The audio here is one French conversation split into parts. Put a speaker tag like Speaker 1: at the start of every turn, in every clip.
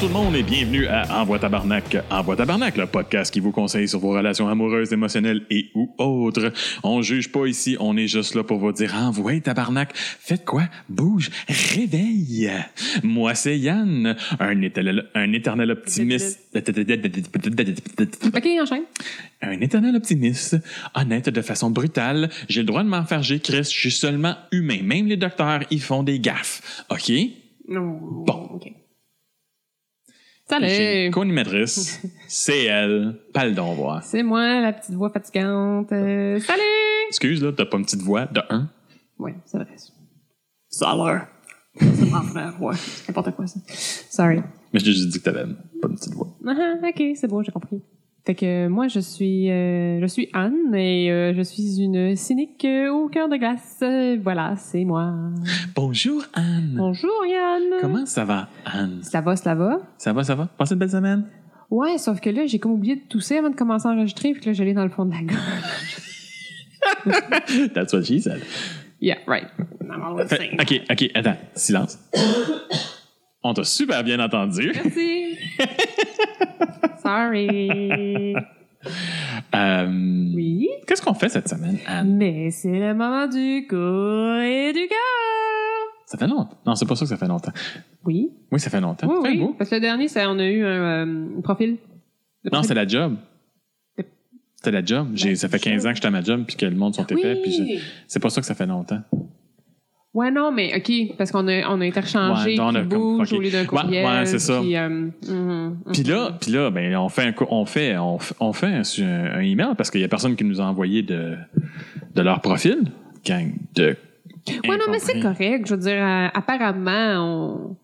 Speaker 1: tout le monde et bienvenue à Envoi Tabarnak. Envoi Tabarnak, le podcast qui vous conseille sur vos relations amoureuses, émotionnelles et ou autres. On juge pas ici, on est juste là pour vous dire Envoie Tabarnak, faites quoi, bouge, réveille. Moi, c'est Yann, un éternel, un éternel optimiste.
Speaker 2: Ok, enchaîne.
Speaker 1: Un éternel optimiste, honnête de façon brutale, j'ai le droit de m'en faire Chris, je suis seulement humain. Même les docteurs, ils font des gaffes. OK?
Speaker 2: Bon. OK.
Speaker 1: J'ai
Speaker 2: Salut!
Speaker 1: une co-animatrice, c'est elle, pas le don voir.
Speaker 2: C'est moi, la petite voix fatigante. Euh, salut!
Speaker 1: Excuse, là, t'as pas une petite voix de 1.
Speaker 2: Ouais, c'est vrai. Salut! C'est mon frère, ouais. C'est N'importe quoi, ça. Sorry.
Speaker 1: Mais j'ai juste dit que t'avais une- pas une petite voix.
Speaker 2: Ah, ok, c'est bon, j'ai compris. Fait que euh, moi, je suis, euh, je suis Anne et euh, je suis une cynique euh, au cœur de glace. Euh, Voilà, c'est moi.
Speaker 1: Bonjour, Anne.
Speaker 2: Bonjour Yann!
Speaker 1: Comment ça va, Anne?
Speaker 2: Ça va, ça va?
Speaker 1: Ça va, ça va? Passez une belle semaine?
Speaker 2: Ouais, sauf que là, j'ai comme oublié de tousser avant de commencer à enregistrer, puis que là, j'allais dans le fond de la gorge.
Speaker 1: That's what she said.
Speaker 2: Yeah, right.
Speaker 1: Fait- OK, OK, attends. Silence. On t'a super bien entendu.
Speaker 2: Merci. Sorry.
Speaker 1: Euh,
Speaker 2: Oui,
Speaker 1: Qu'est-ce qu'on fait cette semaine, Anne?
Speaker 2: mais c'est le moment du cours et du cœur.
Speaker 1: Ça fait longtemps. Non, c'est pas ça que ça fait longtemps.
Speaker 2: Oui,
Speaker 1: Oui, ça fait longtemps.
Speaker 2: oui,
Speaker 1: Ça fait
Speaker 2: oui.
Speaker 1: beau.
Speaker 2: Parce que le dernier, ça, on a eu un euh, profil. Le
Speaker 1: Non,
Speaker 2: profil-
Speaker 1: c'est la job.
Speaker 2: C'est-
Speaker 1: C'était la job. J'ai- ça fait 15 ans que j'étais à ma job puis que le monde sont épais. Puis je-
Speaker 2: Oui.
Speaker 1: C'est pas ça que ça fait longtemps.
Speaker 2: Ouais, non, mais OK, parce qu'on a, on a interchangé
Speaker 1: Ouais, on a
Speaker 2: puis
Speaker 1: comme
Speaker 2: bouge
Speaker 1: fucké.
Speaker 2: au lieu d'un
Speaker 1: Ouais,
Speaker 2: courriel.
Speaker 1: ouais, c'est ça.
Speaker 2: Puis, euh, mhm, mhm.
Speaker 1: Puis là, puis là, ben on fait un co- on fait on, f- on fait un, su- un email parce qu'il y a personne qui nous a envoyé de de leur profil gang de
Speaker 2: Ouais, non, mais c'est
Speaker 1: incompris.
Speaker 2: correct. Je veux dire, euh, apparemment, on,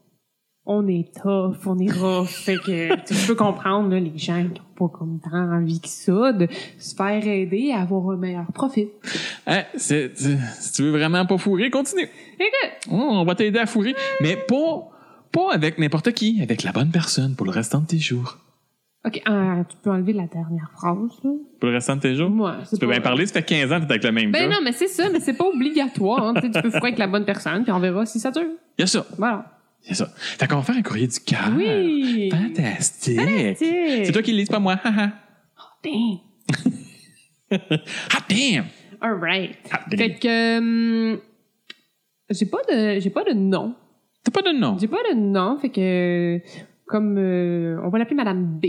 Speaker 2: on est tough, on est rough. fait que tu sais, je peux comprendre là, les gens qui n'ont pas comme tant envie que ça de se faire aider à avoir un meilleur profit.
Speaker 1: Hein, c'est- c'est- si tu veux vraiment pas fourrer, continue.
Speaker 2: Écoute,
Speaker 1: Oh, on va t'aider à fourrer, mais pas pas avec n'importe qui, avec la bonne personne pour le restant de tes jours.
Speaker 2: OK, euh, tu peux enlever la dernière phrase. Là.
Speaker 1: Pour le restant de tes jours.
Speaker 2: Moi,
Speaker 1: Tu peux bien parler, ça fait 15 ans que t'es avec le même
Speaker 2: Ben
Speaker 1: gars.
Speaker 2: non, mais c'est ça, mais c'est pas obligatoire. hein. Tu sais, tu peux fourrer avec la bonne personne, puis on verra si ça dure.
Speaker 1: Il y a ça,
Speaker 2: Voilà.
Speaker 1: il y a ça. Fait qu'on va faire un courrier du cœur.
Speaker 2: Oui!
Speaker 1: Ah, Fantastique. C'est
Speaker 2: C'est
Speaker 1: toi qui le lis, c'est pas moi. Ha, ha.
Speaker 2: Damn.
Speaker 1: Hot damn!
Speaker 2: All right.
Speaker 1: Hot damn.
Speaker 2: Fait que... hum, j'ai pas de j'ai pas de nom
Speaker 1: T'as pas de nom.
Speaker 2: J'ai pas de nom, fait que comme euh, on va l'appeler Madame B.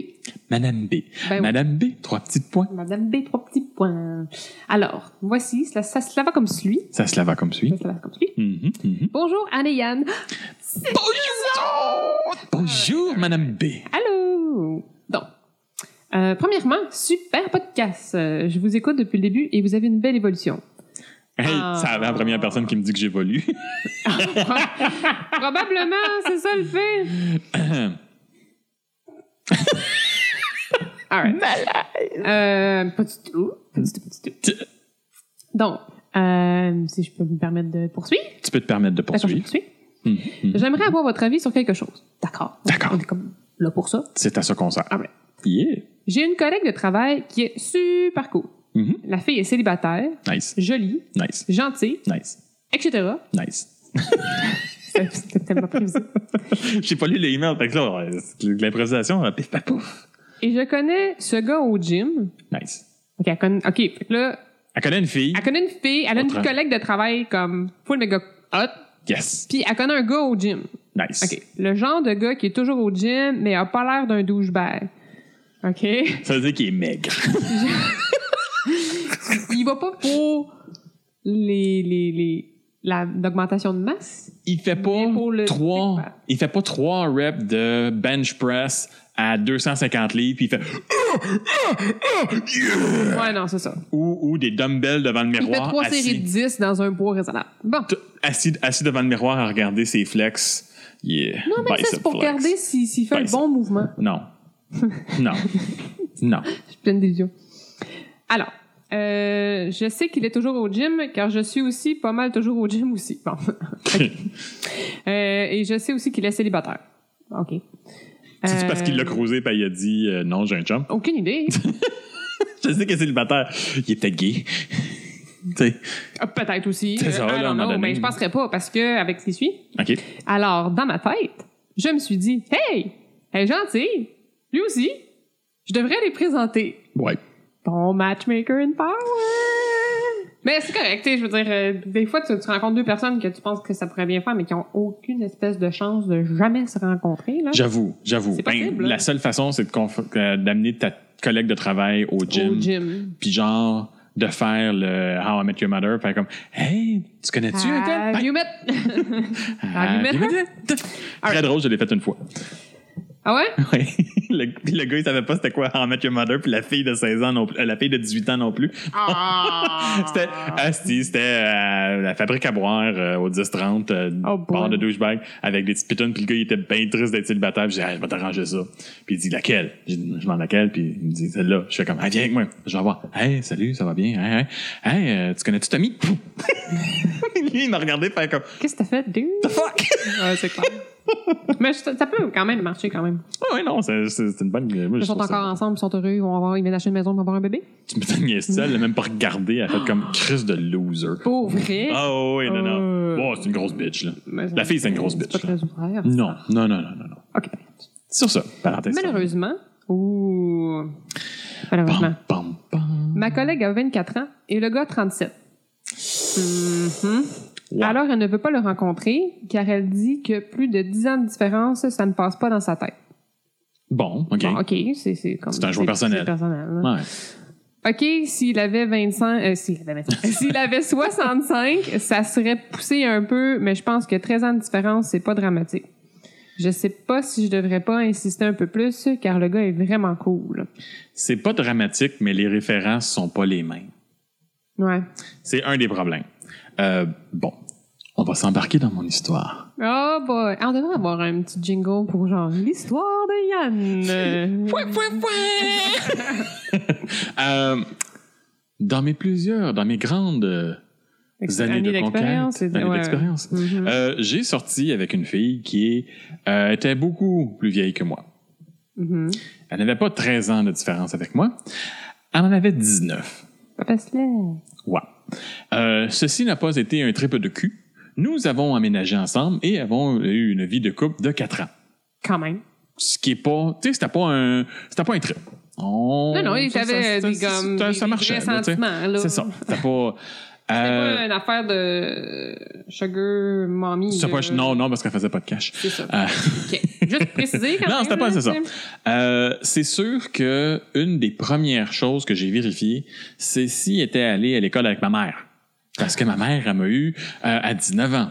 Speaker 1: Madame B.
Speaker 2: Ben oui.
Speaker 1: Madame B, trois petits points.
Speaker 2: Madame B, trois petits points. Alors, voici, ça, ça se lava comme suit.
Speaker 1: Ça se lava comme suit.
Speaker 2: Ça se lava comme suit.
Speaker 1: Mhm, mhm.
Speaker 2: Bonjour Anne et Yann.
Speaker 1: Bonjour!
Speaker 2: Ah.
Speaker 1: Bonjour, Madame B.
Speaker 2: Allô. Donc, euh, premièrement, super podcast. Euh, je vous écoute depuis le début et vous avez une belle évolution.
Speaker 1: Hey,
Speaker 2: Ah.
Speaker 1: Ça va la première personne qui me dit que j'évolue.
Speaker 2: Probablement, c'est ça le fait. All right. Euh, pas du tout. Pas du tout, pas du tout. Donc, euh, si je peux me permettre de poursuivre.
Speaker 1: tu peux te permettre de
Speaker 2: D'accord, je
Speaker 1: poursuivre.
Speaker 2: poursuis.
Speaker 1: Mhm.
Speaker 2: J'aimerais avoir votre avis sur quelque chose. D'accord.
Speaker 1: D'accord.
Speaker 2: On est comme là pour ça.
Speaker 1: C'est à ce concert.
Speaker 2: Ah ouais.
Speaker 1: Yeah.
Speaker 2: J'ai une collègue de travail qui est super cool.
Speaker 1: Mhm.
Speaker 2: La fille est célibataire,
Speaker 1: Nice,
Speaker 2: jolie,
Speaker 1: nice,
Speaker 2: gentille,
Speaker 1: nice,
Speaker 2: etc.
Speaker 1: nice.
Speaker 2: C'était c'était Euh, tellement prévisible.
Speaker 1: J'ai pas lu les emails, fait que là, euh, c'est de l'improvisation, euh, pif, paf, pouf.
Speaker 2: Et je connais ce gars au gym.
Speaker 1: Nice.
Speaker 2: OK, elle connaît, OK, fait que là,
Speaker 1: Elle connaît une fille.
Speaker 2: elle connaît une fille, elle a une
Speaker 1: Autre.
Speaker 2: collègue de travail comme full méga hot,
Speaker 1: Yes.
Speaker 2: puis elle connaît un gars au gym.
Speaker 1: Nice.
Speaker 2: OK, le genre de gars qui est toujours au gym, mais a pas l'air d'un douchebag. OK?
Speaker 1: Ça veut dire qu'il est maigre.
Speaker 2: Il va pas pour les, les, les, la- l'augmentation de masse.
Speaker 1: il fait pas
Speaker 2: Mais pour le
Speaker 1: trois,
Speaker 2: trick,
Speaker 1: il fait pas trois reps de bench press à 250 livres puis il fait Euh,
Speaker 2: Ouais, non, c'est ça.
Speaker 1: ou, ou des dumbbells devant le
Speaker 2: Il fait
Speaker 1: miroir
Speaker 2: trois séries de
Speaker 1: assis,
Speaker 2: 10 dans un poids raisonnable. Bon.
Speaker 1: t- assis assis devant le miroir à regarder ses flex. Yeah.
Speaker 2: Non, mais ça,
Speaker 1: Bicep
Speaker 2: c'est pour
Speaker 1: flex.
Speaker 2: regarder s'il s'il fait
Speaker 1: Bicep.
Speaker 2: le bon mouvement.
Speaker 1: Non. non. Non.
Speaker 2: Je suis pleine d'illusions. Alors, euh, je sais qu'il est toujours au gym, car je suis aussi pas mal toujours au gym aussi. Bon. Euh, et je sais aussi qu'il est célibataire. OK.
Speaker 1: C'est parce qu'il l'a
Speaker 2: Euh,
Speaker 1: croisé puis il a dit euh, non, j'ai un chum.
Speaker 2: Aucune idée.
Speaker 1: Je sais que c'est le batteur. Il est peut-être gay. tu sais.
Speaker 2: Ah, Peut-être aussi.
Speaker 1: C'est ça,
Speaker 2: Euh, I
Speaker 1: là, à un
Speaker 2: don't
Speaker 1: moment
Speaker 2: know,
Speaker 1: donné.
Speaker 2: mais je penserais pas, parce que avec ce qui suit,
Speaker 1: OK.
Speaker 2: Alors, dans ma tête, je me suis dit, hey, Elle est gentille. Lui aussi. Je devrais les présenter.
Speaker 1: Ouais.
Speaker 2: Bon matchmaker in power! Mais c'est correct, tu sais, je veux dire, euh, des fois, tu, tu rencontres deux personnes que tu penses que ça pourrait bien faire, mais qui ont aucune espèce de chance de jamais se rencontrer, là.
Speaker 1: J'avoue, j'avoue.
Speaker 2: C'est possible,
Speaker 1: Ben,
Speaker 2: hein?
Speaker 1: la seule façon, c'est de conf- euh, d'amener ta collègue de travail au gym.
Speaker 2: Au gym.
Speaker 1: Puis genre, de faire le How I Met Your Mother. Faire comme, hey, tu connais-tu un tel? Ben,
Speaker 2: Have you met?
Speaker 1: Ah,
Speaker 2: Have you met her?
Speaker 1: Très
Speaker 2: Alright.
Speaker 1: drôle, je l'ai fait une fois.
Speaker 2: Ah ouais?
Speaker 1: Ouais. le, puis le gars, il savait pas c'était quoi How I Met Your Mother, puis la fille de 16 ans non plus, euh, la fille de 18 ans non plus.
Speaker 2: Ah!
Speaker 1: C'était, asti, c'était euh, la fabrique à boire euh, au 10-30, euh,
Speaker 2: Oh boy.
Speaker 1: bar de douchebag, avec des petites pitounes, puis le gars, il était bien triste d'être célibataire, puis j'ai dit, Ah, je vais t'arranger ça. Puis il dit, laquelle? J'ai dit, Je demande laquelle, puis il me dit, celle-là. Je fais comme, ah, viens avec moi, je vais voir. Hey, salut, ça va bien? Hey, hey, hey euh, tu connais-tu Tommy? Lui, il m'a regardé faire comme,
Speaker 2: Qu'est-ce que t'as fait, dude?
Speaker 1: the fuck?
Speaker 2: Ouais, c'est clair. mais ça, ça peut quand même marcher, quand même.
Speaker 1: Ah ouais, non, c'est, c'est- c'est une bonne. moi,
Speaker 2: Ils
Speaker 1: je
Speaker 2: sont
Speaker 1: trouve ça-
Speaker 2: encore ensemble, ils sont heureux, ils vont avoir, ils viennent d'acheter une maison pour avoir un bébé.
Speaker 1: Tu me donnes une seule, elle a même pas regardé, elle a fait comme Chris de loser.
Speaker 2: Pour vrai?
Speaker 1: Ah oui, non, non.
Speaker 2: Euh.
Speaker 1: Oh, c'est une grosse bitch, là.
Speaker 2: Mais-
Speaker 1: La fille, c'est une grosse bitch.
Speaker 2: C'est pas
Speaker 1: là. Mm.
Speaker 2: très ouvert.
Speaker 1: Non, non, non, non, non. non.
Speaker 2: OK.
Speaker 1: Sur ça, parenthèse.
Speaker 2: Malheureusement, ou
Speaker 1: Pam,
Speaker 2: malheureusement,
Speaker 1: pam, pam.
Speaker 2: ma collègue a 24 ans et le gars a 37. Mhm.
Speaker 1: Ouais.
Speaker 2: Alors, elle ne veut pas le rencontrer car elle dit que plus de 10 ans de différence, ça ne passe pas dans sa tête.
Speaker 1: Bon, OK.
Speaker 2: Bon, OK, c'est c'est comme...
Speaker 1: C'est un choix personnel.
Speaker 2: c'est personnel, là.
Speaker 1: Ouais.
Speaker 2: OK, s'il avait 25... euh, s'il avait 25, s'il avait 65, ça serait poussé un peu, mais je pense que 13 ans de différence, c'est pas dramatique. Je sais pas si je devrais pas insister un peu plus, car le gars est vraiment cool.
Speaker 1: C'est pas dramatique, mais les références sont pas les mêmes.
Speaker 2: Ouais.
Speaker 1: C'est un des problèmes. Euh, bon, on va s'embarquer dans mon histoire.
Speaker 2: Oh boy! Ah, On devrait avoir un petit jingle pour genre l'histoire de Yann. Euh,
Speaker 1: Euh, dans mes plusieurs, dans mes grandes euh,
Speaker 2: ex-
Speaker 1: années, de
Speaker 2: d'expérience,
Speaker 1: conquête,
Speaker 2: c'est-
Speaker 1: années
Speaker 2: ouais.
Speaker 1: d'expérience,
Speaker 2: Mhm.
Speaker 1: Euh, j'ai sorti avec une fille qui euh, était beaucoup plus vieille que moi.
Speaker 2: Mhm.
Speaker 1: Elle n'avait pas 13 ans de différence avec moi. Elle en avait 19.
Speaker 2: Papa se lève.
Speaker 1: Ouais. Euh, ceci n'a pas été un trip de cul. Nous avons aménagé ensemble et avons eu une vie de couple de 4 ans.
Speaker 2: Quand même.
Speaker 1: Ce qui est pas... Tu sais, c'était pas un... C'était pas un trip. On-
Speaker 2: Non, non, il
Speaker 1: ça-
Speaker 2: avait
Speaker 1: ça-
Speaker 2: des
Speaker 1: ça-
Speaker 2: gommes.
Speaker 1: ça-
Speaker 2: des-
Speaker 1: Ça
Speaker 2: des
Speaker 1: marchait,
Speaker 2: vrais
Speaker 1: là, tu sais.
Speaker 2: sentiments, là.
Speaker 1: C'est ça. C'était pas...
Speaker 2: C'est
Speaker 1: euh,
Speaker 2: pas une affaire de sugar mommy.
Speaker 1: c'était pas-
Speaker 2: là.
Speaker 1: non, non, parce qu'elle faisait pas de cash.
Speaker 2: C'est ça.
Speaker 1: Euh,
Speaker 2: OK. Juste préciser quand
Speaker 1: Non,
Speaker 2: même,
Speaker 1: c'était pas-
Speaker 2: là,
Speaker 1: c'est ça.
Speaker 2: tu sais.
Speaker 1: Euh, c'est sûr que une des premières choses que j'ai vérifiées, c'est si elle était allée à l'école avec ma mère. Parce que ma mère, elle m'a eu euh, à 19 ans.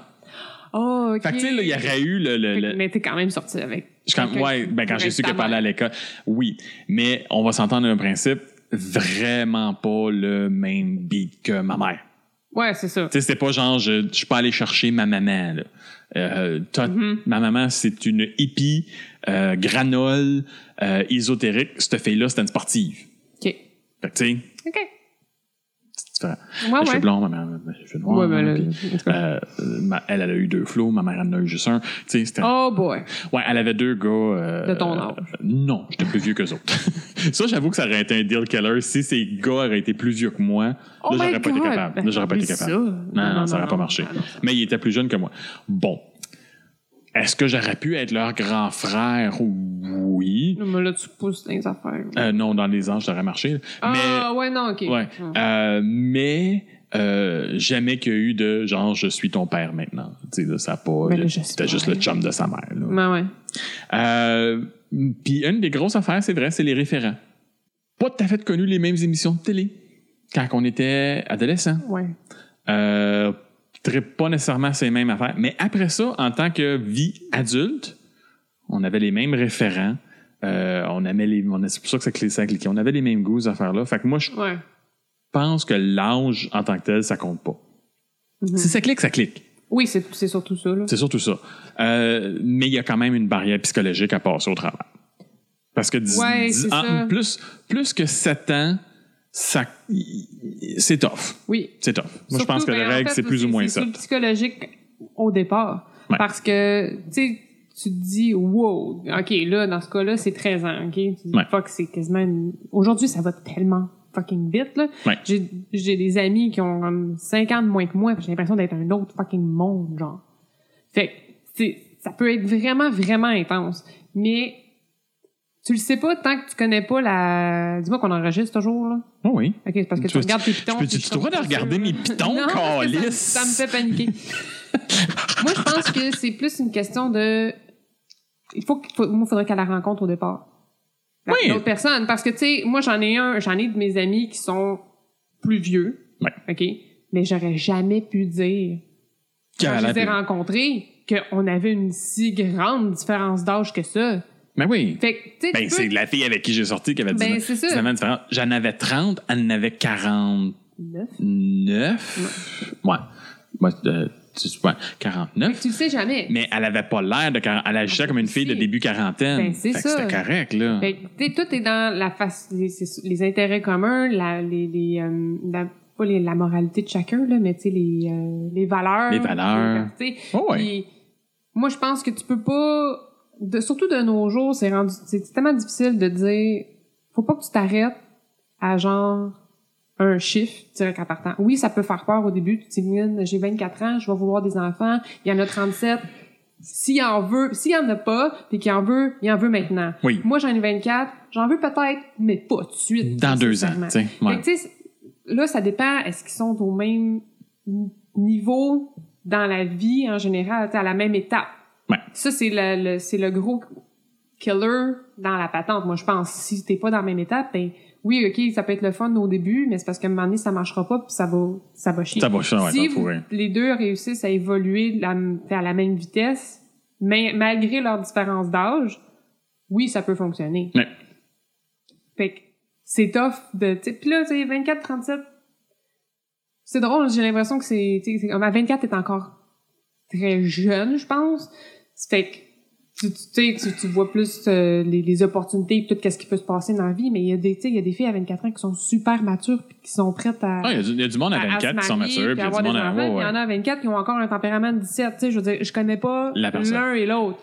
Speaker 2: Oh, OK.
Speaker 1: Fait que, tu sais, là, il y aurait eu le. le-
Speaker 2: Fait que-
Speaker 1: le-
Speaker 2: Mais t'es quand même sorti avec.
Speaker 1: je- quand,
Speaker 2: quelqu'un
Speaker 1: ouais,
Speaker 2: qui
Speaker 1: ben, quand
Speaker 2: pourrait
Speaker 1: j'ai su
Speaker 2: être
Speaker 1: qu'elle
Speaker 2: ta
Speaker 1: parlait à
Speaker 2: mère.
Speaker 1: l'école, oui. Mais on va s'entendre d'un principe vraiment pas le même beat que ma mère.
Speaker 2: Ouais, c'est ça.
Speaker 1: Tu sais, c'était pas genre, je, je suis pas allé chercher ma maman, là. Euh, t'as-
Speaker 2: Mm-hmm.
Speaker 1: Ma maman, c'est une hippie, euh, granole, euh, ésotérique. Cette fille-là, c'était une sportive.
Speaker 2: OK.
Speaker 1: Fait que, tu sais,
Speaker 2: OK.
Speaker 1: c'est différent.
Speaker 2: Ah Ouais,
Speaker 1: Je suis
Speaker 2: ouais.
Speaker 1: blond, ma mère, je suis noir.
Speaker 2: Ouais, ben, mais là,
Speaker 1: puis,
Speaker 2: en tout cas.
Speaker 1: euh, ma- elle, elle a eu deux flots, ma mère en a eu juste un. Tu sais, c'était-
Speaker 2: Oh boy.
Speaker 1: Ouais, elle avait deux gars. euh,
Speaker 2: De ton âge.
Speaker 1: euh, non, j'étais plus vieux qu'eux autres. ça, j'avoue que ça aurait été un deal killer si ces gars auraient été plus vieux que moi.
Speaker 2: Oh
Speaker 1: là,
Speaker 2: my
Speaker 1: j'aurais pas été
Speaker 2: God.
Speaker 1: capable. Là, j'aurais pas
Speaker 2: Mais
Speaker 1: été capable.
Speaker 2: ça,
Speaker 1: non, non, ça aurait pas marché.
Speaker 2: Ah, non, ça-
Speaker 1: Mais il était plus jeune que moi. Bon. Est-ce que j'aurais pu être leur grand frère? Oui.
Speaker 2: Non, mais là, tu pousses dans les affaires.
Speaker 1: Euh, non, dans les anges, ça aurait marché.
Speaker 2: ah,
Speaker 1: Mais
Speaker 2: ouais, non, OK.
Speaker 1: Ouais.
Speaker 2: Mm.
Speaker 1: Euh, mais euh, jamais qu'il y a eu de genre je suis ton père maintenant. Tu sais, là, ça a pas.
Speaker 2: Ben là,
Speaker 1: le-
Speaker 2: je suis
Speaker 1: C'était
Speaker 2: ton
Speaker 1: juste
Speaker 2: père.
Speaker 1: le chum de sa mère. là.
Speaker 2: Ben ouais.
Speaker 1: Euh, Puis une des grosses affaires, c'est vrai, c'est les référents. Pas tout à fait connu les mêmes émissions de télé quand on était adolescent.
Speaker 2: Ouais.
Speaker 1: Euh, trip pas nécessairement ces mêmes affaires. Mais après ça, en tant que vie adulte, on avait les mêmes référents. Euh, on aimait les. on- C'est pour ça que ça cli- ça a cliqué. On avait les mêmes goûts, ces affaires-là. Fait que moi, je
Speaker 2: Ouais.
Speaker 1: pense que l'âge en tant que tel, ça compte pas.
Speaker 2: Mhm.
Speaker 1: Si ça clique, ça clique.
Speaker 2: Oui, c'est c'est surtout ça, là.
Speaker 1: C'est surtout ça. Euh, mais il y a quand même une barrière psychologique à passer au travers. Parce que dix-
Speaker 2: Ouais,
Speaker 1: dix-
Speaker 2: c'est
Speaker 1: en-
Speaker 2: ça.
Speaker 1: plus, plus que 7 ans, ça, c'est tough.
Speaker 2: Oui.
Speaker 1: C'est tough. Moi, je
Speaker 2: Surtout,
Speaker 1: pense que
Speaker 2: ben,
Speaker 1: la
Speaker 2: en
Speaker 1: règle,
Speaker 2: fait,
Speaker 1: c'est plus ou moins ça.
Speaker 2: C'est surtout psychologique au départ.
Speaker 1: Ouais.
Speaker 2: Parce que, tu sais, tu te dis, wow, OK, là, dans ce cas-là, c'est 13 ans, OK? Tu te dis,
Speaker 1: Ouais.
Speaker 2: fuck, c'est quasiment... une- Aujourd'hui, ça va tellement fucking vite, là.
Speaker 1: Ouais.
Speaker 2: J'ai j'ai des amis qui ont comme 5 ans de moins que moi, puis j'ai l'impression d'être un autre fucking monde, genre. Fait que, tu sais, ça peut être vraiment, vraiment intense. Mais Tu le sais pas tant que tu connais pas la. Dis-moi qu'on enregistre toujours, là.
Speaker 1: Oh oui.
Speaker 2: OK, c'est parce que
Speaker 1: Tu
Speaker 2: tu,
Speaker 1: veux-
Speaker 2: regardes tes pitons.
Speaker 1: peux-tu-
Speaker 2: puis
Speaker 1: tu
Speaker 2: je
Speaker 1: te droit de
Speaker 2: suis pas
Speaker 1: regarder
Speaker 2: sûre.
Speaker 1: mes pitons,
Speaker 2: Non, parce que ça me-
Speaker 1: câlisse?
Speaker 2: Ça, me fait paniquer. Moi, je pense que c'est plus une question de. Il faut qu'il faut- moi, faudrait qu'elle la rencontre au départ. La-
Speaker 1: Oui.
Speaker 2: L'autre personne. Parce que, tu sais, moi, j'en ai un, j'en ai de mes amis qui sont plus vieux.
Speaker 1: Ouais.
Speaker 2: OK? Mais j'aurais jamais pu dire, quand
Speaker 1: Qu'elle
Speaker 2: je
Speaker 1: a
Speaker 2: les ai
Speaker 1: pu-
Speaker 2: rencontrés, qu'on avait une si grande différence d'âge que ça.
Speaker 1: Ben oui.
Speaker 2: Fait que, tu sais, tu
Speaker 1: Ben,
Speaker 2: peux-
Speaker 1: c'est la fille avec qui j'ai sorti qui avait
Speaker 2: Ben,
Speaker 1: 19
Speaker 2: c'est ça.
Speaker 1: 19 ans de différence. J'en avais 30, elle en avait 49.
Speaker 2: Neuf.
Speaker 1: Ouais. Ouais, euh, tu- ouais,
Speaker 2: Fait
Speaker 1: 49.
Speaker 2: que tu le sais jamais.
Speaker 1: Mais elle avait pas l'air de. quar- Elle agissait comme une fille de début quarantaine.
Speaker 2: Ben, c'est
Speaker 1: Fait que
Speaker 2: ça. Ben,
Speaker 1: C'était correct, là.
Speaker 2: Fait que, tu sais, tout est dans la face, les, c'est- les intérêts communs, la, les, les, euh, la, pas les- la moralité de chacun, là, mais tu sais, les, euh, les valeurs.
Speaker 1: Les valeurs.
Speaker 2: tu sais.
Speaker 1: Oh, ouais.
Speaker 2: Puis, moi, je pense que tu peux pas, de, surtout de nos jours, c'est rendu, c'est tellement difficile de dire, faut pas que tu t'arrêtes à genre, un chiffre direct en partant. Oui, ça peut faire peur au début. Tu t'imagines, j'ai 24 ans, je vais vouloir des enfants. Il y en a 37. S'il en veut, s'il y en a pas, puis qu'il en veut, il en veut maintenant.
Speaker 1: Oui.
Speaker 2: Moi, j'en ai 24. J'en veux peut-être, mais pas tout de suite.
Speaker 1: Dans deux ans,
Speaker 2: nécessairement.
Speaker 1: tu sais. ouais.
Speaker 2: Fait que, tu sais, là, ça dépend. Est-ce qu'ils sont au même n- niveau dans la vie en général, tu sais, à la même étape?
Speaker 1: Ouais.
Speaker 2: Ça, c'est le, le- c'est le gros killer dans la patente. Moi, je pense, si t'es pas dans la même étape, ben oui, OK, ça peut être le fun au début, mais c'est parce qu'à un moment donné, ça marchera pas, puis ça va, ça va chier.
Speaker 1: Ça va chier, ouais, ça
Speaker 2: si
Speaker 1: va
Speaker 2: vous-
Speaker 1: fourrer.
Speaker 2: les deux réussissent à évoluer de la m- à la même vitesse, mais malgré leur différence d'âge, oui, ça peut fonctionner.
Speaker 1: Ouais.
Speaker 2: Fait que c'est tough de. tu sais, Puis là, tu sais, 24, 37. C'est drôle, j'ai l'impression que c'est. tu sais, c'est comme à 24, t'es encore très jeune, je pense. Fait que tu, tu sais, tu, tu vois plus euh, les, les opportunités et tout ce qui peut se passer dans la vie, mais il y a des, tu sais, il y a des filles à 24 ans qui sont super matures puis qui sont prêtes à.
Speaker 1: Ah, Il y, a du- il y a du monde à
Speaker 2: à- à se
Speaker 1: 24 qui sont
Speaker 2: marier,
Speaker 1: matures, puis il y a
Speaker 2: avoir
Speaker 1: du monde
Speaker 2: des
Speaker 1: à.
Speaker 2: enfants,
Speaker 1: ouais,
Speaker 2: puis Il y
Speaker 1: ouais.
Speaker 2: en a à 24 qui ont encore un tempérament de 17. Tu sais, je veux dire, je connais pas
Speaker 1: La personne.
Speaker 2: l'un et l'autre.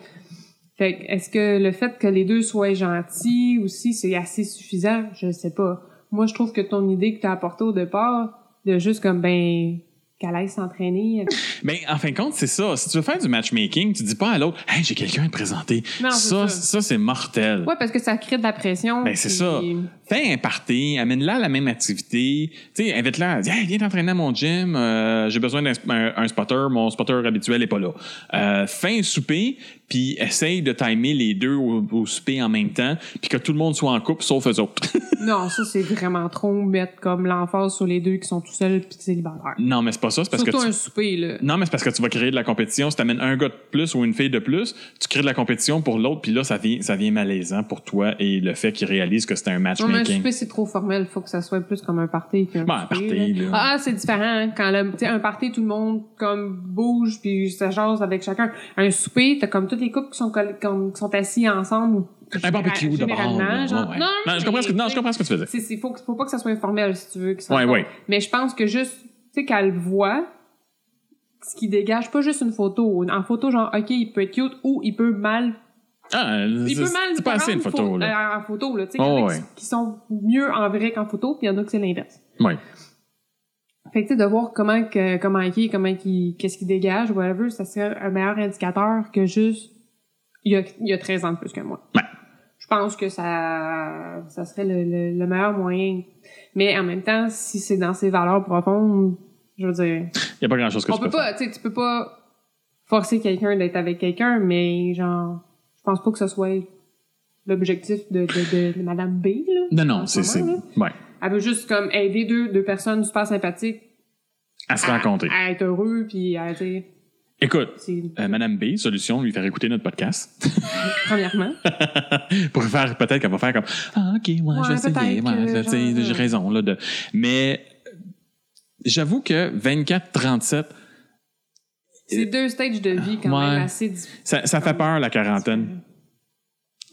Speaker 2: Fait que, est-ce que le fait que les deux soient gentils aussi, c'est assez suffisant? Je sais pas. Moi, je trouve que ton idée que t'as apportée au départ, de juste comme, ben, qu'elle aille s'entraîner.
Speaker 1: Mais en fin de compte, c'est ça. Si tu veux faire du matchmaking, tu dis pas à l'autre, hey, j'ai quelqu'un à te présenter.
Speaker 2: Non, c'est
Speaker 1: ça,
Speaker 2: ça.
Speaker 1: ça, c'est mortel.
Speaker 2: Ouais, parce que ça crée de la pression.
Speaker 1: Ben, c'est
Speaker 2: puis-
Speaker 1: ça. Fais un party, amène-la à la même activité. Tu sais, invite-la, dis, hey, viens t'entraîner à mon gym, euh, j'ai besoin d'un sp- un, un spotter, mon spotter habituel est pas là. Euh, fais un souper, puis essaye de timer les deux au, au souper en même temps, puis que tout le monde soit en couple, sauf eux autres.
Speaker 2: Non, ça, c'est vraiment trop mettre comme l'emphase sur les deux qui sont tout seuls pis célibataires.
Speaker 1: non, mais c'est pas ça, c'est parce
Speaker 2: Surtout
Speaker 1: que tu...
Speaker 2: un souper, là.
Speaker 1: Non, mais c'est parce que tu vas créer de la compétition. Si tu amènes un gars de plus ou une fille de plus, tu crées de la compétition pour l'autre, puis là, ça vient, ça vient malaisant pour toi et le fait qu'il réalise que c'était un
Speaker 2: Non, mais un
Speaker 1: matchmaking.
Speaker 2: souper, c'est trop formel. Faut que ça soit plus comme un party qu'un
Speaker 1: Ben, un
Speaker 2: souper,
Speaker 1: party, là.
Speaker 2: Ah, c'est différent. hein, Quand le, tu sais, un party, tout le monde, comme, bouge, puis ça jase avec chacun. Un souper, t'as comme toutes les couples qui sont, coll- comme, qui sont assis ensemble.
Speaker 1: Un barbecue de bord.
Speaker 2: Généralement,
Speaker 1: là.
Speaker 2: genre-
Speaker 1: Ouais, ouais.
Speaker 2: Non,
Speaker 1: je comprends ce que,
Speaker 2: mais-
Speaker 1: non, je comprends ce que tu faisais.
Speaker 2: C'est, c'est, faut, que- faut pas que ça soit informel, si tu veux. que ça
Speaker 1: Ouais,
Speaker 2: soit-
Speaker 1: ouais.
Speaker 2: Mais je pense que juste, tu sais, qu'elle voit ce qui dégage, pas juste une photo. En photo, genre, OK, il peut être cute ou il peut mal
Speaker 1: Ah,
Speaker 2: il peut
Speaker 1: c'est-
Speaker 2: mal
Speaker 1: c'est pas assez une
Speaker 2: prendre
Speaker 1: photo,
Speaker 2: pho-
Speaker 1: là.
Speaker 2: euh, en photo, là. Tu sais, il y en
Speaker 1: Oh,
Speaker 2: a qui-
Speaker 1: ouais.
Speaker 2: qui sont mieux en vrai qu'en photo, puis il y en a que c'est l'inverse.
Speaker 1: Oui.
Speaker 2: Fait que, tu sais, de voir comment que, comment il est, comment qu'il, qu'est-ce qu'il dégage, whatever, ça serait un meilleur indicateur que juste, il y a, il y a 13 ans de plus que moi.
Speaker 1: Ouais.
Speaker 2: Je pense que ça, ça serait le, le- le meilleur moyen. Mais en même temps, si c'est dans ses valeurs profondes, je veux dire,
Speaker 1: Il n'y a pas grand-chose que
Speaker 2: on
Speaker 1: tu
Speaker 2: peut
Speaker 1: peux faire.
Speaker 2: pas, tu sais, tu peux pas forcer quelqu'un d'être avec quelqu'un, mais genre, je pense pas que ce soit l'objectif de, de, de, de Madame B, là.
Speaker 1: Non,
Speaker 2: en
Speaker 1: non,
Speaker 2: ce
Speaker 1: c'est... c'est-
Speaker 2: moment,
Speaker 1: Ouais.
Speaker 2: Elle veut juste, comme, aider deux, deux personnes super sympathiques
Speaker 1: À se
Speaker 2: à,
Speaker 1: rencontrer.
Speaker 2: à être heureux, puis à, tu sais,
Speaker 1: Écoute,
Speaker 2: c'est...
Speaker 1: euh, Madame B, solution, lui faire écouter notre podcast.
Speaker 2: Premièrement.
Speaker 1: pour faire, peut-être qu'elle va faire comme, ah, OK, ouais,
Speaker 2: Ouais,
Speaker 1: je vais essayer,
Speaker 2: peut-être
Speaker 1: ouais,
Speaker 2: que,
Speaker 1: je- tu sais,
Speaker 2: genre,
Speaker 1: j'ai
Speaker 2: euh,
Speaker 1: raison, là, de... Mais, euh, j'avoue que 24-37,
Speaker 2: C'est deux stages de vie, quand
Speaker 1: Ouais.
Speaker 2: même, assez... dis-
Speaker 1: ça, ça
Speaker 2: Ah
Speaker 1: fait peur, la quarantaine.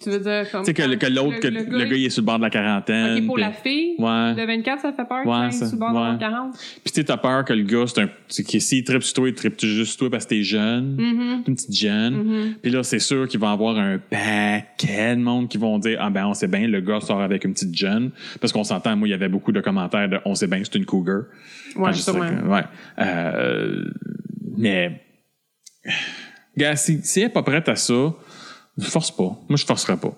Speaker 2: Tu veux dire, comme...
Speaker 1: Tu sais, que, le- que l'autre, que le, gars, il est sur le bord de la quarantaine.
Speaker 2: OK, pour
Speaker 1: puis-
Speaker 2: la fille...
Speaker 1: Ouais.
Speaker 2: Le 24, ça fait peur,
Speaker 1: Ouais,
Speaker 2: ouais,
Speaker 1: ça-
Speaker 2: sous bord de
Speaker 1: ouais.
Speaker 2: mon 40.
Speaker 1: Puis tu sais, t'as peur que le gars, c'est un. c'est que S'il tripe sur toi, il tripe juste sur toi parce que t'es jeune.
Speaker 2: Mhm,
Speaker 1: Une petite jeune.
Speaker 2: mhm.
Speaker 1: Puis là, c'est sûr qu'il va y avoir un paquet de monde qui vont dire Ah ben, on sait bien, le gars sort avec une petite jeune. Parce qu'on s'entend, moi, il y avait beaucoup de commentaires de On sait bien, c'est une cougar. Quand
Speaker 2: Ouais,
Speaker 1: je sais
Speaker 2: sûrement.
Speaker 1: que- ouais. Euh, mais. Gars, si, si elle n'est pas prête à ça, force pas. Moi, je forcerai pas.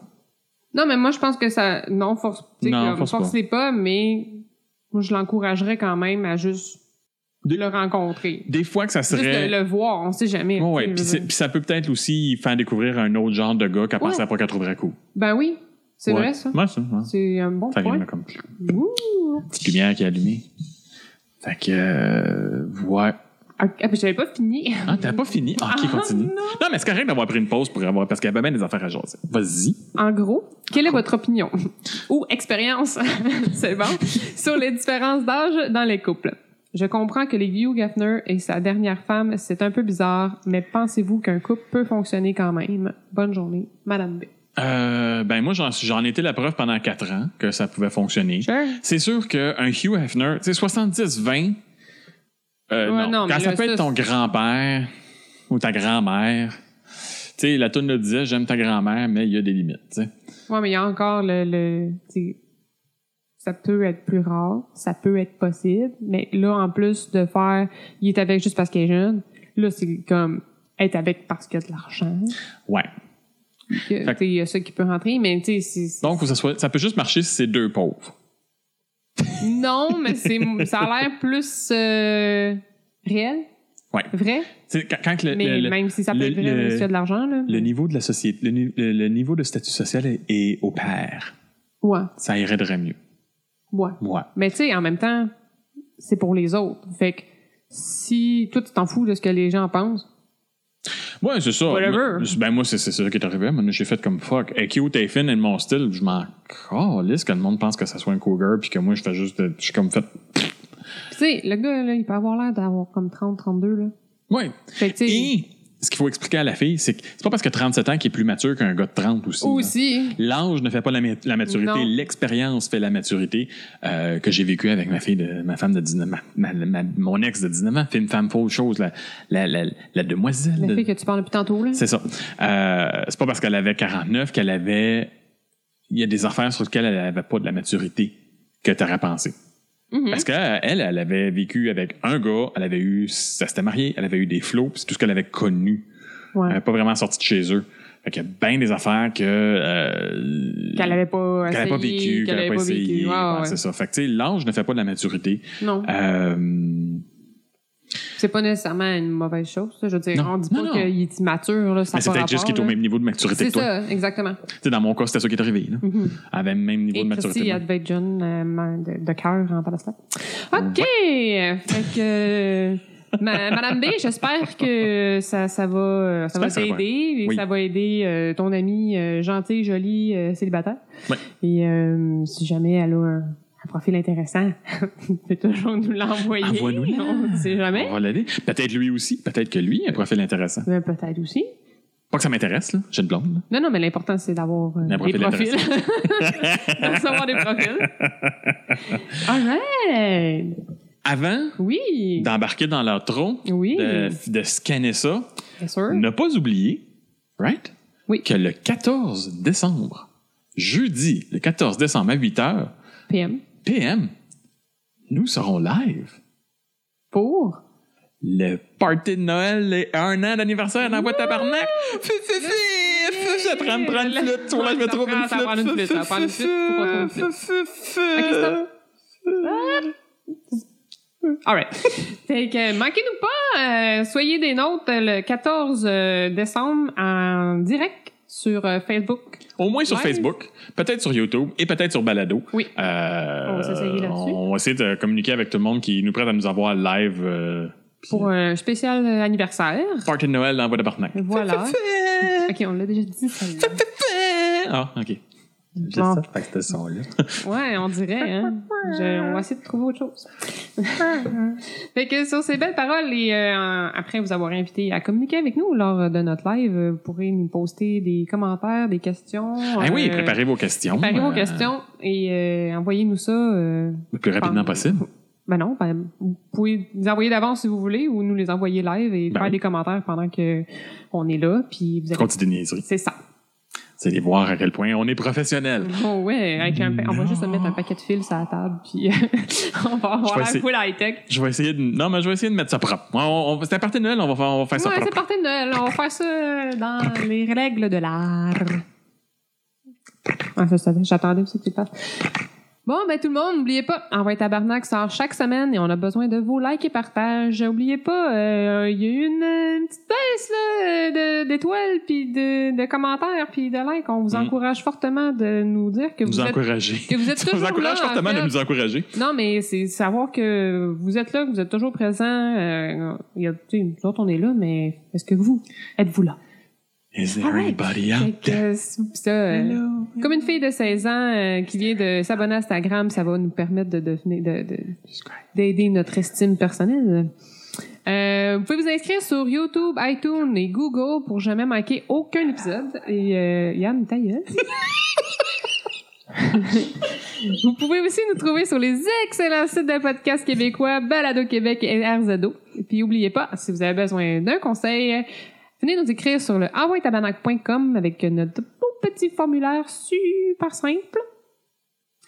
Speaker 2: Non, mais moi, je pense que ça. Non, force, tu sais,
Speaker 1: Non,
Speaker 2: comme,
Speaker 1: force pas.
Speaker 2: forcez pas. mais moi, je l'encouragerais quand même à juste
Speaker 1: Des-
Speaker 2: le rencontrer.
Speaker 1: Des fois que ça
Speaker 2: Juste
Speaker 1: serait.
Speaker 2: de le voir, on sait jamais.
Speaker 1: Ouais, ouais. Puis,
Speaker 2: tu sais, je
Speaker 1: c'est-
Speaker 2: veux dire.
Speaker 1: puis ça peut peut-être aussi faire découvrir un autre genre de gars qu'elle
Speaker 2: Ouais.
Speaker 1: pensait pas qu'elle trouverait cool.
Speaker 2: Ben oui, c'est
Speaker 1: Ouais.
Speaker 2: vrai ça.
Speaker 1: Ouais, ça. ouais.
Speaker 2: C'est un bon
Speaker 1: Ça allume
Speaker 2: point.
Speaker 1: comme
Speaker 2: Ouh.
Speaker 1: petite lumière qui est allumée. Fait que. euh, ouais.
Speaker 2: Ah, ah, puis j'avais pas fini.
Speaker 1: Ah, t'as pas fini? Ah, ok,
Speaker 2: Ah,
Speaker 1: continue.
Speaker 2: non.
Speaker 1: Non, mais c'est correct d'avoir pris une pause pour avoir. Parce qu'il y avait bien des affaires à jaser. Vas-y.
Speaker 2: En gros, quelle est votre opinion ou expérience, c'est bon, sur les différences d'âge dans les couples? Je comprends que les Hugh Gaffner et sa dernière femme, c'est un peu bizarre, mais pensez-vous qu'un couple peut fonctionner quand même? Bonne journée, Madame B.
Speaker 1: Euh, ben, moi, j'en, j'en étais la preuve pendant quatre ans que ça pouvait fonctionner.
Speaker 2: Sure.
Speaker 1: C'est sûr qu'un Hugh Hefner, tu sais, 70-20, euh,
Speaker 2: Ouais,
Speaker 1: non.
Speaker 2: non,
Speaker 1: quand
Speaker 2: mais
Speaker 1: ça
Speaker 2: là,
Speaker 1: peut
Speaker 2: ça,
Speaker 1: être ton grand-père ou ta grand-mère, tu sais, la toune le disait, j'aime ta grand-mère, mais il y a des limites, tu sais.
Speaker 2: Ouais, mais il y a encore le, le tu sais, ça peut être plus rare, ça peut être possible, mais là, en plus de faire, il est avec juste parce qu'il est jeune, là, c'est comme être avec parce qu'il y a de l'argent.
Speaker 1: Ouais.
Speaker 2: Que,
Speaker 1: Fait-
Speaker 2: tu sais, Il y a ça qui peut rentrer, mais tu sais, c'est-
Speaker 1: Donc, ça, soit- ça peut juste marcher si c'est deux pauvres.
Speaker 2: Non, mais c'est ça a l'air plus euh, réel.
Speaker 1: Ouais.
Speaker 2: Vrai.
Speaker 1: Tu sais, quand, quand le,
Speaker 2: Mais
Speaker 1: le- le-
Speaker 2: même si ça peut
Speaker 1: le-
Speaker 2: être vrai,
Speaker 1: le-
Speaker 2: mais s'il y a de l'argent, là.
Speaker 1: le niveau de la société, le, ni- le- le niveau de statut social est, est au pair,
Speaker 2: Ouais,
Speaker 1: ça irait mieux.
Speaker 2: ouais.
Speaker 1: Ouais.
Speaker 2: Mais tu sais, en même temps, c'est pour les autres. Fait que si toi, tu t'en fous de ce que les gens pensent,
Speaker 1: Ouais, c'est ça.
Speaker 2: Whatever.
Speaker 1: Moi, c'est- Ben, moi, c'est c'est ça qui est arrivé. Moi, J'ai fait comme fuck. Hey, cute, t'es fine, et mon style, je m'en calisse que le monde pense que ça soit un cougar, puis que moi, je fais juste. de- Je suis comme fait.
Speaker 2: Puis tu sais, le gars, là, il peut avoir l'air d'avoir comme 30, 32, là.
Speaker 1: Ouais.
Speaker 2: Fait que tu sais,
Speaker 1: Et ce qu'il faut expliquer à la fille, c'est que c'est pas parce que 37 ans qu'il est plus mature qu'un gars de 30 aussi. là.
Speaker 2: aussi.
Speaker 1: L'âge ne fait pas la, ma- la maturité,
Speaker 2: Non.
Speaker 1: l'expérience fait la maturité euh, que j'ai vécu avec ma fille, de, ma femme de 19 ans, ma- ma- mon ex de 19 ans, fait une femme fausse chose, la, la, la, la demoiselle.
Speaker 2: La
Speaker 1: de-
Speaker 2: fille que tu parles depuis tantôt, là.
Speaker 1: C'est ça. Euh, c'est pas parce qu'elle avait 49 qu'elle avait. Il y a des affaires sur lesquelles elle n'avait pas de la maturité que tu aurais pensé.
Speaker 2: Mhm.
Speaker 1: Parce qu'elle, elle, elle avait vécu avec un gars, elle avait eu. Ça s'était marié, elle avait eu des flots, puis c'est tout ce qu'elle avait connu. Elle
Speaker 2: Ouais.
Speaker 1: n'avait pas vraiment sorti de chez eux. Fait qu'il y a bien des affaires que. euh,
Speaker 2: Qu'elle avait pas
Speaker 1: qu'elle
Speaker 2: essayé.
Speaker 1: avait pas vécu, qu'elle n'avait pas essayé.
Speaker 2: Ouais,
Speaker 1: Ouais,
Speaker 2: ouais.
Speaker 1: C'est ça. Fait que, tu sais, l'âge ne fait pas de la maturité.
Speaker 2: Non.
Speaker 1: Euh,
Speaker 2: C'est pas nécessairement une mauvaise chose. ça. Je veux dire,
Speaker 1: Non.
Speaker 2: on dit
Speaker 1: Non,
Speaker 2: pas
Speaker 1: non.
Speaker 2: qu'il est immature. Là, ça
Speaker 1: mais c'est
Speaker 2: a pas
Speaker 1: peut-être juste
Speaker 2: rapport,
Speaker 1: qu'il est au
Speaker 2: là.
Speaker 1: même niveau de maturité
Speaker 2: C'est
Speaker 1: que toi.
Speaker 2: ça, exactement.
Speaker 1: Tu sais, dans mon cas, c'était ça qui est arrivé. là.
Speaker 2: Mhm.
Speaker 1: Elle avait le même niveau
Speaker 2: Et
Speaker 1: de maturité.
Speaker 2: Christy,
Speaker 1: que moi.
Speaker 2: elle devait être jeune euh, man- de, de cœur en Palestine. OK! Fait que... euh, ma- Madame B, j'espère que ça, ça va, euh, ça va
Speaker 1: J'espère que ça va.
Speaker 2: t'aider et
Speaker 1: Oui.
Speaker 2: ça va aider euh, ton amie euh, gentille, jolie, euh, célibataire.
Speaker 1: Ouais.
Speaker 2: Et euh, si jamais elle a un, un profil intéressant, tu peux toujours nous l'envoyer.
Speaker 1: Envoie-nous-le.
Speaker 2: On ne sait jamais.
Speaker 1: On va l'aider. Peut-être lui aussi. Peut-être que lui a un profil intéressant.
Speaker 2: Mais Peut-être aussi.
Speaker 1: Pas que ça m'intéresse, là. J'ai une blonde. là.
Speaker 2: Non, non, mais l'important, c'est d'avoir euh,
Speaker 1: Un
Speaker 2: des
Speaker 1: profil
Speaker 2: profils. de recevoir des profils. All right!
Speaker 1: Avant
Speaker 2: Oui!
Speaker 1: d'embarquer dans leur tronc,
Speaker 2: Oui,
Speaker 1: de, de scanner ça,
Speaker 2: bien sûr.
Speaker 1: ne pas oublier, right?
Speaker 2: Oui.
Speaker 1: Que le 14 décembre, jeudi, le 14 décembre à 8 h,
Speaker 2: PM.
Speaker 1: PM, nous serons live.
Speaker 2: Pour.
Speaker 1: Le party de Noël et un an d'anniversaire dans la boîte tabarnak. Fou, fou, fou, fou, Je prends, prends une flûte. Toi, je vais
Speaker 2: Ça
Speaker 1: trouver
Speaker 2: prend-
Speaker 1: une
Speaker 2: ça prend une flûte,
Speaker 1: flûte.
Speaker 2: ça prend une flûte. Faut qu'on trouve une flûte. Ok, stop. All right. fait que, euh, manquez-nous pas. euh, soyez des nôtres euh, le 14 euh, décembre en direct sur euh, Facebook.
Speaker 1: Au moins sur
Speaker 2: Live.
Speaker 1: Facebook, peut-être sur YouTube et peut-être sur Balado.
Speaker 2: Oui.
Speaker 1: Euh,
Speaker 2: On va s'essayer là-dessus.
Speaker 1: On va essayer de communiquer avec tout le monde qui nous prête à nous avoir live. euh,
Speaker 2: Pour un spécial euh, anniversaire.
Speaker 1: party de Noël dans votre appartement.
Speaker 2: Voilà. Ok, on l'a déjà dit. celle-là.
Speaker 1: Ah, OK.
Speaker 2: Bon. ça,
Speaker 1: fait que c'était son-là.
Speaker 2: Ouais, on dirait, hein. Je- on va essayer de trouver autre chose. fait que sur ces belles paroles, et euh, après vous avoir invité à communiquer avec nous lors de notre live, euh, vous pourrez nous poster des commentaires, des questions.
Speaker 1: Ah oui,
Speaker 2: euh,
Speaker 1: préparez vos questions.
Speaker 2: préparez vos
Speaker 1: euh,
Speaker 2: questions et euh, envoyez-nous ça. euh,
Speaker 1: Le plus rapidement possible.
Speaker 2: ben non, ben, vous pouvez les envoyer d'avance si vous voulez ou nous les envoyer live et
Speaker 1: Ben
Speaker 2: faire
Speaker 1: oui.
Speaker 2: des commentaires pendant que on est là. Puis vous allez-
Speaker 1: Continue de niaiserie.
Speaker 2: C'est ça.
Speaker 1: C'est de voir à quel point on est professionnel.
Speaker 2: Oh ouais, avec un pa- on va juste mettre un paquet de fils sur la table, puis on va avoir
Speaker 1: vais
Speaker 2: la
Speaker 1: essayer.
Speaker 2: full high-tech.
Speaker 1: Je vais essayer de... Non, mais je vais essayer de mettre ça propre. On, on- c'est un party de Noël, on va faire, on va faire ça
Speaker 2: Ouais, c'est
Speaker 1: propre.
Speaker 2: euh, parti de Noël. On va faire ça dans les règles de l'art. Ah, je savais, j'attendais aussi que tu le fasses. Bon, ben tout le monde, n'oubliez pas, Envoie Tabarnak sort chaque semaine et on a besoin de vos likes et partages. N'oubliez pas, euh, il y a eu une, euh, une petite baisse là, euh, de- d'étoiles, puis de, de commentaires, puis de likes. On vous
Speaker 1: Mm.
Speaker 2: encourage fortement de nous dire que
Speaker 1: Nous
Speaker 2: vous, êtes,
Speaker 1: encourager.
Speaker 2: que vous êtes
Speaker 1: On
Speaker 2: toujours
Speaker 1: vous
Speaker 2: là.
Speaker 1: encourage
Speaker 2: en
Speaker 1: fortement de
Speaker 2: fait.
Speaker 1: nous encourager.
Speaker 2: Non, mais c'est savoir que vous êtes là, que vous êtes toujours présent. Euh, il y a, tu sais, nous autres, on est là, mais est-ce que vous, êtes-vous là?
Speaker 1: Is there
Speaker 2: Ah ouais.
Speaker 1: anybody
Speaker 2: Fait
Speaker 1: out
Speaker 2: que,
Speaker 1: there?
Speaker 2: euh, c'est- ça, euh,
Speaker 1: Hello.
Speaker 2: comme une fille de 16 ans euh, qui vient de s'abonner à Instagram, ça va nous permettre de devenir, de- de- d'aider notre estime personnelle. Euh, vous pouvez vous inscrire sur YouTube, iTunes et Google pour jamais manquer aucun épisode. Et euh, Yann, ta gueule. vous pouvez aussi nous trouver sur les excellents sites de podcasts québécois, Balado Québec et RZO. Et puis, n'oubliez pas, si vous avez besoin d'un conseil, venez nous écrire sur le envoyetabarnak.com avec notre beau petit formulaire super simple.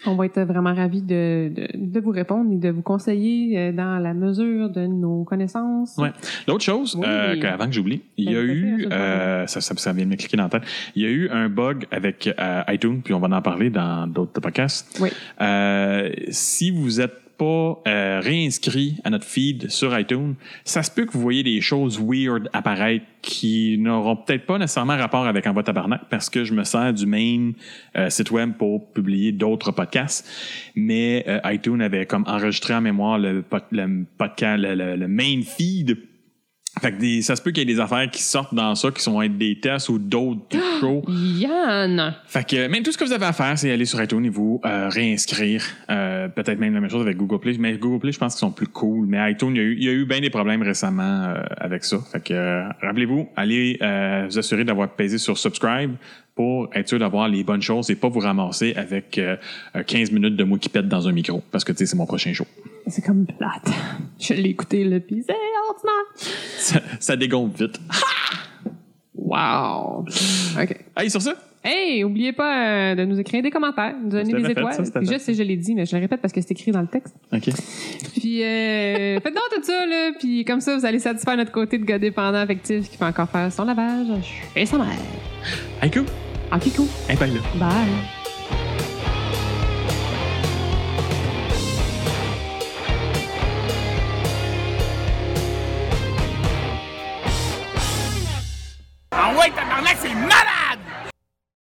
Speaker 2: On va être vraiment ravis de, de, de vous répondre et de vous conseiller euh, dans la mesure de nos connaissances.
Speaker 1: Ouais. L'autre chose,
Speaker 2: Oui. Ben,
Speaker 1: euh, que- avant que j'oublie, il y a
Speaker 2: Faites
Speaker 1: eu,
Speaker 2: plaisir,
Speaker 1: euh, ça, ça, ça vient de me cliquer dans la tête, il y a eu un bug avec euh, iTunes, puis on va en parler dans d'autres podcasts.
Speaker 2: Oui.
Speaker 1: Euh, si vous êtes pas euh, réinscrit à notre feed sur iTunes, ça se peut que vous voyez des choses weird apparaître qui n'auront peut-être pas nécessairement rapport avec Envoi Tabarnak parce que je me sers du même euh, site web pour publier d'autres podcasts. Mais euh, iTunes avait comme enregistré en mémoire le, pod- le podcast, le, le- le main feed. Fait que des- ça se peut qu'il y ait des affaires qui sortent dans ça qui sont être des tests ou d'autres shows.
Speaker 2: Yann!
Speaker 1: Fait que euh, même tout ce que vous avez à faire, c'est aller sur iTunes et vous euh, réinscrire. Euh, Peut-être même la même chose avec Google Play. Mais Google Play, je pense qu'ils sont plus cool. Mais iTunes, il y a eu, il y a eu bien des problèmes récemment euh, avec ça. Fait que euh, rappelez-vous, allez euh, vous assurer d'avoir pesé sur subscribe pour être sûr d'avoir les bonnes choses et pas vous ramasser avec euh, euh, 15 minutes de moi qui pète dans un micro. Parce que tu sais, c'est mon prochain show.
Speaker 2: C'est comme plate. Je l'ai écouté, le pis c'est ordinaire.
Speaker 1: Ça, ça dégonfle vite.
Speaker 2: Wow! OK.
Speaker 1: Allez, sur ça,
Speaker 2: Hey, oubliez pas euh, de nous écrire des commentaires, de nous
Speaker 1: Je
Speaker 2: donner
Speaker 1: l'avais
Speaker 2: des
Speaker 1: fait,
Speaker 2: étoiles.
Speaker 1: ça, c'était
Speaker 2: je
Speaker 1: fait.
Speaker 2: sais, je l'ai dit, mais je le répète parce que c'est écrit dans le texte.
Speaker 1: OK.
Speaker 2: Puis euh, faites donc tout ça, là. Puis comme ça, vous allez satisfaire notre côté de gars dépendant affectif qui peut encore faire son lavage et sa mère.
Speaker 1: Hey, cool.
Speaker 2: Ok, cool.
Speaker 1: Hey, bye, là.
Speaker 2: Bye.